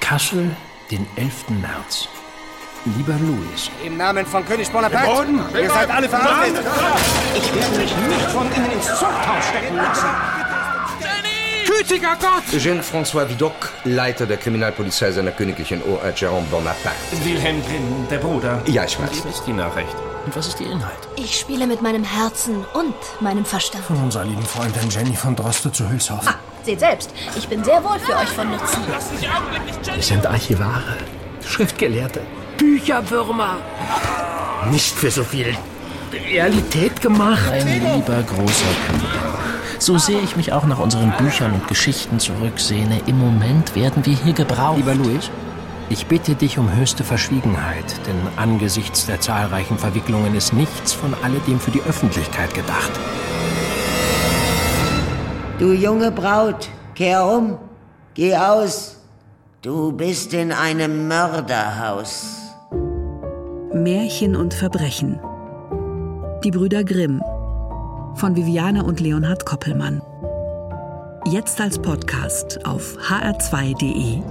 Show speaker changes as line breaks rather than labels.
Kassel, den 11. März. Lieber Louis,
Im Namen von König Bonaparte, ihr seid alle verhaftet. Ich werde mich nicht von innen ins Zuchthaus stecken lassen.
Gütiger Gott!
Jean-François Vidocq, Leiter der Kriminalpolizei seiner königlichen Hoheit Jérôme Bonaparte.
Wilhelm Grimm, der Bruder.
Ja, ich weiß.
Ist die Nachricht.
und was ist Ihr Inhalt?
Ich spiele mit meinem Herzen und meinem Verstand.
Von unserer lieben Freundin Jenny von Droste zu Hülshoff.
Ah, seht selbst, ich bin sehr wohl für euch von Nutzen.
Wir sind Archivare, Schriftgelehrte, Bücherwürmer. Nicht für so viel Realität gemacht.
Mein lieber großer Bruder. So sehr ich mich auch nach unseren Büchern und Geschichten zurücksehne, im Moment werden wir hier gebraucht.
Lieber Louis, ich bitte dich um höchste Verschwiegenheit, denn angesichts der zahlreichen Verwicklungen ist nichts von alledem für die Öffentlichkeit gedacht.
Du junge Braut, kehr um, geh aus. Du bist in einem Mörderhaus.
Märchen und Verbrechen. Die Brüder Grimm. Von Viviane und Leonhard Koppelmann. Jetzt als Podcast auf hr2.de.